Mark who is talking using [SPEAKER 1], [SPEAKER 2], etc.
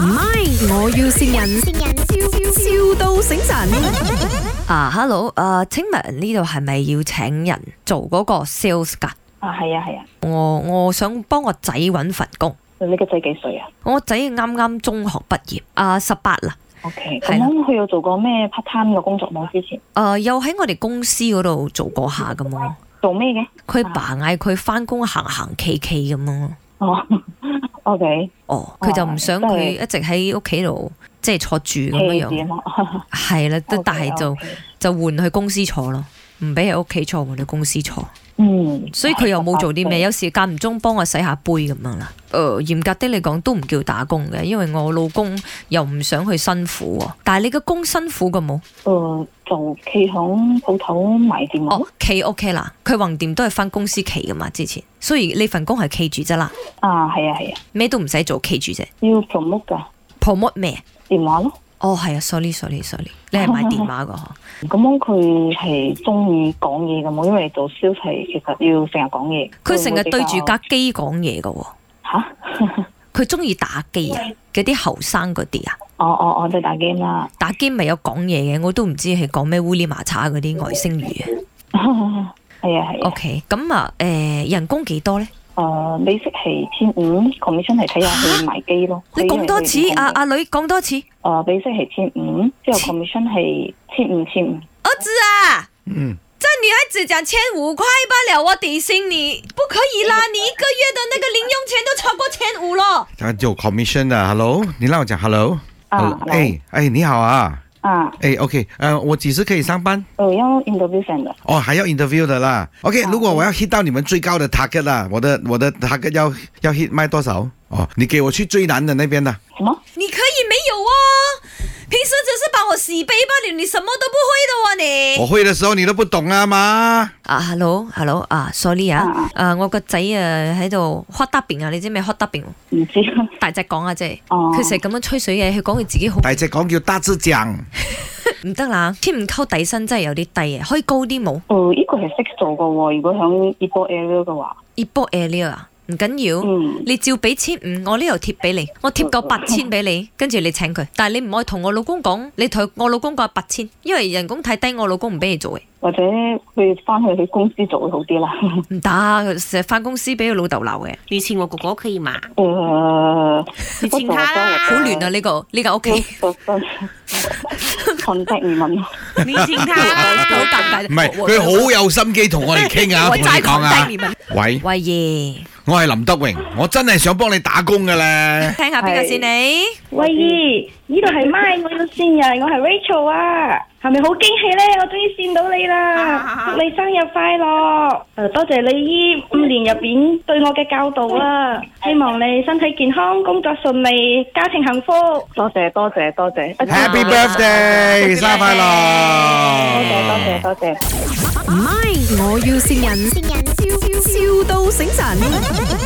[SPEAKER 1] 唔係，我要善人，笑笑到醒神。
[SPEAKER 2] 啊，hello，啊，請問呢度係咪要請人做嗰個 sales 噶？
[SPEAKER 3] 啊，係啊，係啊。
[SPEAKER 2] 我我想幫我仔揾份工，
[SPEAKER 3] 你個仔幾歲啊
[SPEAKER 2] 我仔啱啱中學畢業，啊十八啦，
[SPEAKER 3] ？OK，
[SPEAKER 2] 係
[SPEAKER 3] 咁
[SPEAKER 2] 啦
[SPEAKER 3] 佢有做過咩 part time 嘅工作冇？之前
[SPEAKER 2] 啊又喺我哋公司嗰度做過下咁咯。
[SPEAKER 3] 做咩嘅？
[SPEAKER 2] 佢爸嗌佢翻工行行企企咁咯。
[SPEAKER 3] 哦 ，OK，
[SPEAKER 2] 哦，佢就唔想佢
[SPEAKER 3] 哦即
[SPEAKER 2] 一直喺屋企度即係坐住咁
[SPEAKER 3] 氣
[SPEAKER 2] 樣
[SPEAKER 3] 點
[SPEAKER 2] 樣，
[SPEAKER 3] 咯。
[SPEAKER 2] 係啦， 都
[SPEAKER 3] OK，
[SPEAKER 2] 但係就
[SPEAKER 3] 啊 OK
[SPEAKER 2] 就換去公司坐咯，唔俾喺屋企坐，換去公司坐。
[SPEAKER 3] 嗯，啊
[SPEAKER 2] 所以佢又冇做啲咩，
[SPEAKER 3] 係。
[SPEAKER 2] 有時間唔中幫我洗下杯咁樣啦。誒、嚴格啲嚟講都唔叫打工嘅，因為我老公又唔想去辛苦喎。但係你嘅工辛苦嘅冇？
[SPEAKER 3] 誒，就呃企響鋪頭賣電話
[SPEAKER 2] 哦，企 OK 啦，佢橫掂都係翻公司企噶嘛，之前，所以你份工係企住啫啦，
[SPEAKER 3] 啊，係啊，係啊，
[SPEAKER 2] 咩都唔使做，企住啫。
[SPEAKER 3] 要做乜噶？
[SPEAKER 2] promote 咩？
[SPEAKER 3] 電話咯。
[SPEAKER 2] 哦，係啊，sorry sorry sorry，你係賣電話個哦嗬？
[SPEAKER 3] 咁樣佢係中意講嘢嘅冇？因為做 sales 係其實要成日講嘢。
[SPEAKER 2] 佢成日對住
[SPEAKER 3] 架
[SPEAKER 2] 架機講嘢嘅喎，
[SPEAKER 3] 吓？
[SPEAKER 2] 佢中意打機啊，嗰啲後生嗰啲啊。
[SPEAKER 3] 哦哦哦，對打 game 啦。
[SPEAKER 2] 打機咪有講嘢嘅，我都唔知係講咩烏哩麻叉嗰啲外星語啊。
[SPEAKER 3] 係啊係啊。
[SPEAKER 2] OK，咁啊，誒、人工幾多呢？
[SPEAKER 3] 誒、利呃息係千五，commission 係睇下佢買機咯。
[SPEAKER 2] 你講多次，阿
[SPEAKER 3] 啊！
[SPEAKER 2] 阿女講多次，
[SPEAKER 3] 誒、利呃息係千五，之後 commission 係千五千五。
[SPEAKER 2] 兒子啊，嗯，這女孩子講千五塊罢了，我提醒你，不可以啦，你一個月的那個零用錢都超過千五咯。
[SPEAKER 4] 他就 commission 的，hello，你让我讲 hello，
[SPEAKER 3] 啊
[SPEAKER 4] Hello，
[SPEAKER 3] 来
[SPEAKER 4] 哎哎，你好啊，
[SPEAKER 3] 啊，哦
[SPEAKER 4] 哎，OK，呃，我几时可以上班？
[SPEAKER 3] 誒、要 interview 先的。
[SPEAKER 4] 哦，还要 interview 的啦，OK，如果我要 hit 到你们最高的 target 啦，我的我的 target 要要 hit 卖多少？哦，你给我去最难的那边的，
[SPEAKER 3] 什麼？
[SPEAKER 2] 你可以沒有哦，平時只是幫我洗杯罷了，你什麼都不會的哦你。
[SPEAKER 4] 我会的时候你都不懂啊嘛。
[SPEAKER 2] 啊，hello，hello，啊，sorry 啊，啊，我個仔啊喺度 hot d u b b i n 啊，你知咩 hot d u b b i n
[SPEAKER 3] 唔知。
[SPEAKER 2] 大隻講啊，即係，
[SPEAKER 3] 哦
[SPEAKER 2] 佢成日咁樣吹水嘅，佢講佢自己好。
[SPEAKER 4] 大只讲叫大只讲，
[SPEAKER 2] 唔得啦，天唔溝底薪真係有啲低啊，可以高啲冇？
[SPEAKER 3] 誒、哦呢、個係識做嘅喎。如果響 e b o area 嘅話，
[SPEAKER 2] 熱波 area 啊，唔緊要，
[SPEAKER 3] 嗯哦
[SPEAKER 2] 你照俾千五，我呢度貼俾你，我貼夠八千俾你，跟住你請佢，但係你唔可以同我老公講，你同我老公講八千，因為人工太低，我老公唔俾你做嘅，
[SPEAKER 3] 或者佢翻去佢公司做會好啲啦。
[SPEAKER 2] 唔得，佢成日翻公司俾佢老豆鬧嘅，
[SPEAKER 5] 你请我哥哥可以吗？
[SPEAKER 3] 誒、呃
[SPEAKER 5] 你請他啦
[SPEAKER 2] 好亂啊！呢個呢間屋 企，
[SPEAKER 3] 哦！contact 你問
[SPEAKER 5] 你请 他
[SPEAKER 2] 好
[SPEAKER 5] 啦。
[SPEAKER 2] 尷尬。
[SPEAKER 4] 唔係佢好有心機同我哋傾啊，
[SPEAKER 2] 我
[SPEAKER 4] 同你
[SPEAKER 2] 齋
[SPEAKER 4] 講啊
[SPEAKER 2] 講低，面
[SPEAKER 4] 喂，
[SPEAKER 2] 喂耶，
[SPEAKER 4] 我係林德榮，我真係想幫你打工噶咧。
[SPEAKER 2] 聽下邊個先你？
[SPEAKER 6] 喂，姨，呢度係 My，我要善人， 我係 Rachel 啊，係咪好驚喜呢？我終於善到你啦，祝你生日快樂！誒，多謝你呢五年入邊對我嘅教導啦，希望你身體健康，工作順利，家庭幸福。
[SPEAKER 3] 多謝多謝多謝，多謝
[SPEAKER 4] Happy birthday，生日快
[SPEAKER 3] 多謝多
[SPEAKER 4] 樂！
[SPEAKER 3] 謝多謝。
[SPEAKER 1] 唔係，我要善人，笑笑到醒神。